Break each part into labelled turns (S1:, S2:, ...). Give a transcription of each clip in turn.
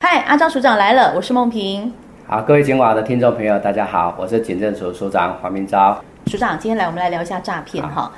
S1: 嗨，阿张署长来了，我是梦萍。
S2: 好，各位警网的听众朋友，大家好，我是警政署署长黄明昭。
S1: 署长，今天来我们来聊一下诈骗哈。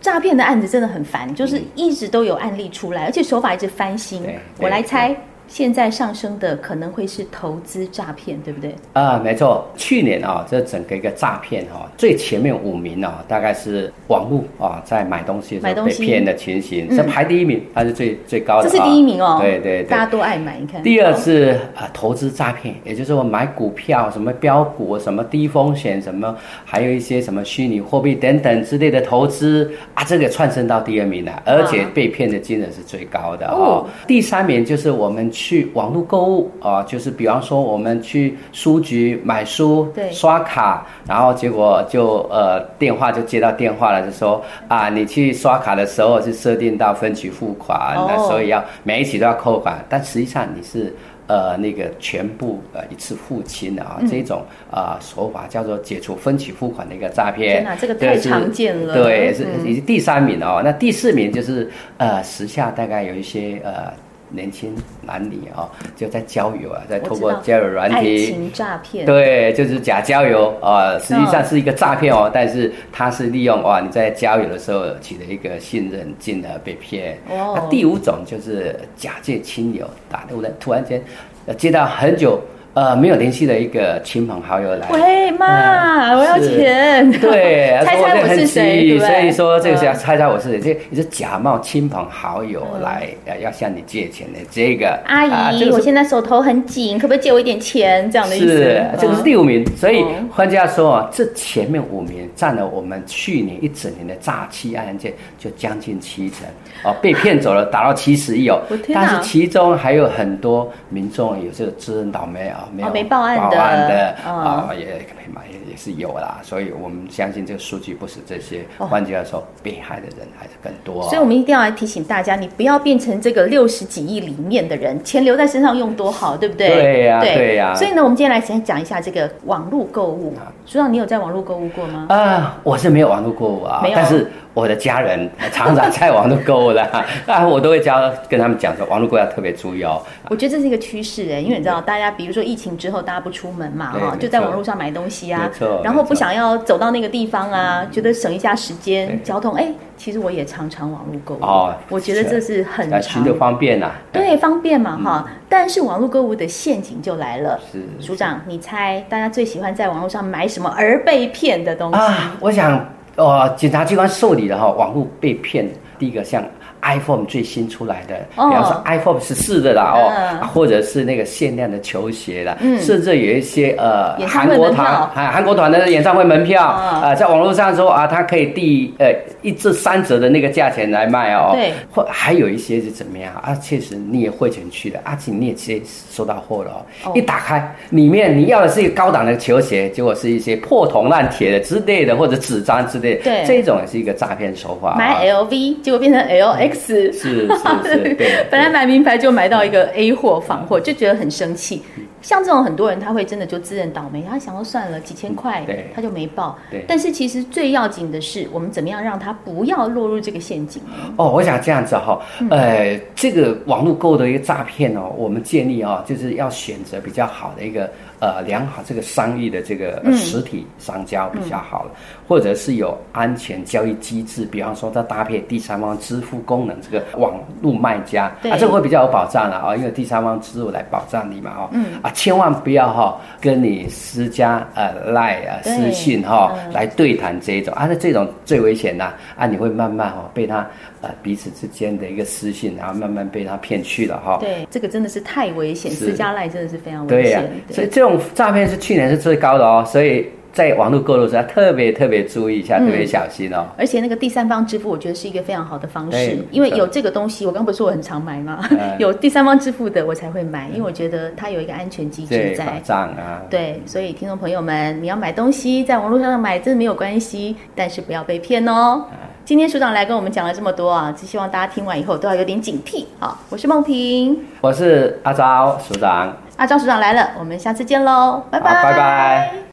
S1: 诈骗的案子真的很烦，就是一直都有案例出来，而且手法一直翻新
S2: 对。对
S1: 我来猜
S2: 对，
S1: 现在上升的可能会是投资诈骗，对不对？
S2: 啊、没错，去年啊、这整个一个诈骗哈、最前面五名啊、大概是网络啊、在买东西的
S1: 买
S2: 时
S1: 东
S2: 候被
S1: 西
S2: 骗的情形，
S1: 嗯
S2: 这排第一名，它是最最高的、
S1: 这
S2: 啊，
S1: 是第一名哦。
S2: 对对对
S1: 大家。都爱买，你看。
S2: 第二是啊、投资诈骗，也就是我买股票、什么标股、什么低风险、什么，还有一些什么虚拟货币等等之类的投资啊，这个窜升到第二名了，而且被骗的金额是最高的哦。
S1: 哦
S2: 第三名就是我们去网络购物啊、就是比方说我们去书局买书，
S1: 对
S2: 刷卡，然后结果就呃电话就接到电话了，就说啊，你去刷卡的时候是设定到分期付款，那
S1: 哦
S2: 所以。要每一期都要扣款，但实际上你是呃那个全部呃一次付清的啊，
S1: 嗯
S2: 这种啊、呃手法叫做解除分期付款的一个诈骗。
S1: 天哪这个太
S2: 是
S1: 常见了
S2: 对，是
S1: 嗯
S2: 以及第三名哦，那第四名就是呃时下大概有一些呃。年轻男女哦，就在交友啊，在
S1: 我
S2: 透
S1: 知
S2: 过
S1: 道
S2: 交友软
S1: 爱
S2: 体，
S1: 情诈骗。
S2: 对，就是假交友，
S1: 嗯
S2: 呃，实际上是一个诈骗哦，但是它是利用哇你在交友的时候取得一个信任，进而被骗。
S1: 哦
S2: 那第五种就是假借亲友打突然突然间呃接到很久呃没有联系的一个亲朋好友来。
S1: 喂妈，
S2: 嗯
S1: 我要
S2: 是
S1: 钱。，
S2: 对
S1: 猜
S2: 说
S1: 猜
S2: 这
S1: 我
S2: 很
S1: 是谁？
S2: 急
S1: 对不对
S2: 所以说这个
S1: 嗯
S2: 叫猜猜我是谁，这也是假冒亲朋好友来、呃要向你借钱的这个
S1: 阿
S2: 啊
S1: 姨，
S2: 这个
S1: 我
S2: 是
S1: 现在手头很紧，可不可以借我一点钱？这样的意思。
S2: 是，这个是
S1: 嗯
S2: 第五名。所以
S1: 哦
S2: 换句话说啊，这前面五名占了我们去年一整年的诈欺案件，就将近七成哦，被骗走了达到七十亿哦
S1: 我。天哪
S2: 但是其中还有很多民众有这个知恩倒霉啊，没有
S1: 哦没报案的
S2: 的
S1: 哦
S2: 啊，也可以嘛，也也是有啦。所以我们相信这个数据不止这些，
S1: 哦
S2: 换句话说，被害的人还是更多哦。
S1: 所以，我们一定要来提醒大家，你不要变成这个六十几亿里面的人，钱留在身上用多好，对不对？
S2: 对呀对呀
S1: 所以呢，我们今天来先讲一下这个网络购物。署长，你有在网络购物过吗？
S2: 啊，我是没有网络购物啊
S1: 没有，
S2: 但是我的家人常常在网络购物啦， 啊，我都会教跟他们讲说，网络购物要特别注意哦。
S1: 我觉得这是一个趋势哎，因为你知道，大家比如说疫情之后，大家不出门嘛，
S2: 对
S1: 哈，
S2: 没错
S1: 就在网络上买东西啊
S2: 没错，
S1: 然后
S2: 没错
S1: 不想要走到那个地方啊，觉得省一下时间
S2: 对、
S1: 交通。哎，其实我也常常网络购物，
S2: 哦
S1: 我觉得这是很
S2: 啊，寻
S1: 常
S2: 求方便呐、啊。
S1: 对，方便嘛哈。但是网络购物的陷阱就来了。
S2: 嗯是
S1: 署长，你猜大家最喜欢在网络上买什么而被骗的东西？
S2: 啊，我想，呃，检察机关受理的哈、网络被骗，第一个像 iPhone 最新出来的，
S1: 哦
S2: 比方说 iPhone 十四的啦哦、
S1: 嗯
S2: 或者是那个限量的球鞋啦，
S1: 嗯
S2: 甚至有一些呃
S1: 演唱
S2: 韩
S1: 会
S2: 国
S1: 门票
S2: 团啊韩韩国团的演唱会门票，
S1: 嗯
S2: 呃，在网络上说啊，它可以第呃一至三折的那个价钱来卖哦，
S1: 对，
S2: 或还有一些是怎么样啊？确实你也汇钱去了，而且你也直接收到货了、
S1: 哦
S2: 哦，一打开里面你要的是一个高档的球鞋，结果是一些破铜烂铁的之类的，或者纸张之类的，
S1: 对
S2: 这种也是一个诈骗手法、啊。
S1: 买 LV，结果变成 LX。，
S2: 是是是，对
S1: 本来买名牌就买到一个 A 货仿货，就觉得很生气。像这种很多人，他会真的就自认倒霉，他想要算了几千块
S2: 嗯对，
S1: 他就没报
S2: 对。
S1: 但是其实最要紧的是，我们怎么样让他不要落入这个陷阱？
S2: 哦，我想这样子哈、呃，这个网络购物的一个诈骗哦，我们建议啊、就是要选择比较好的一个呃良好这个商业的这个呃实体商家比较好了，或者是有安全交易机制，比方说它搭配第三方支付功能，这个网络卖家
S1: 对
S2: 啊，这个会比较有保障了啊、因为第三方支付来保障你嘛哦，啊，千万不要哈、跟你私家呃赖啊
S1: 对
S2: 私信哈、来对谈这一种啊，那这种最危险啦啊，你会慢慢哦被他呃彼此之间的一个私信，然后慢慢被他骗去了哈、
S1: 对，这个真的是太危险，
S2: 是
S1: 私家赖真的是非常危
S2: 对呀、
S1: 险。
S2: 所以这种诈骗是去年是最高的哦，所以在网络购入时要特别特别注意一
S1: 嗯
S2: 下，特别小心哦。
S1: 而且那个第三方支付，我觉得是一个非常好的方式
S2: 对，
S1: 因为
S2: 没错
S1: 有这个东西，我刚不是说我很常买吗？
S2: 嗯
S1: 有第三方支付的我才会买，因为我觉得它有一个安全机制
S2: 对，保
S1: 在。
S2: 障啊，
S1: 对，所以听众朋友们，你要买东西，在网络上买真的没有关系，但是不要被骗哦。
S2: 嗯
S1: 今天署长来跟我们讲了这么多啊，只希望大家听完以后都要有点警惕。好，我是梦萍，
S2: 我是阿昭署长，
S1: 阿张署长来了，我们下次见喽，拜拜，
S2: 好拜拜。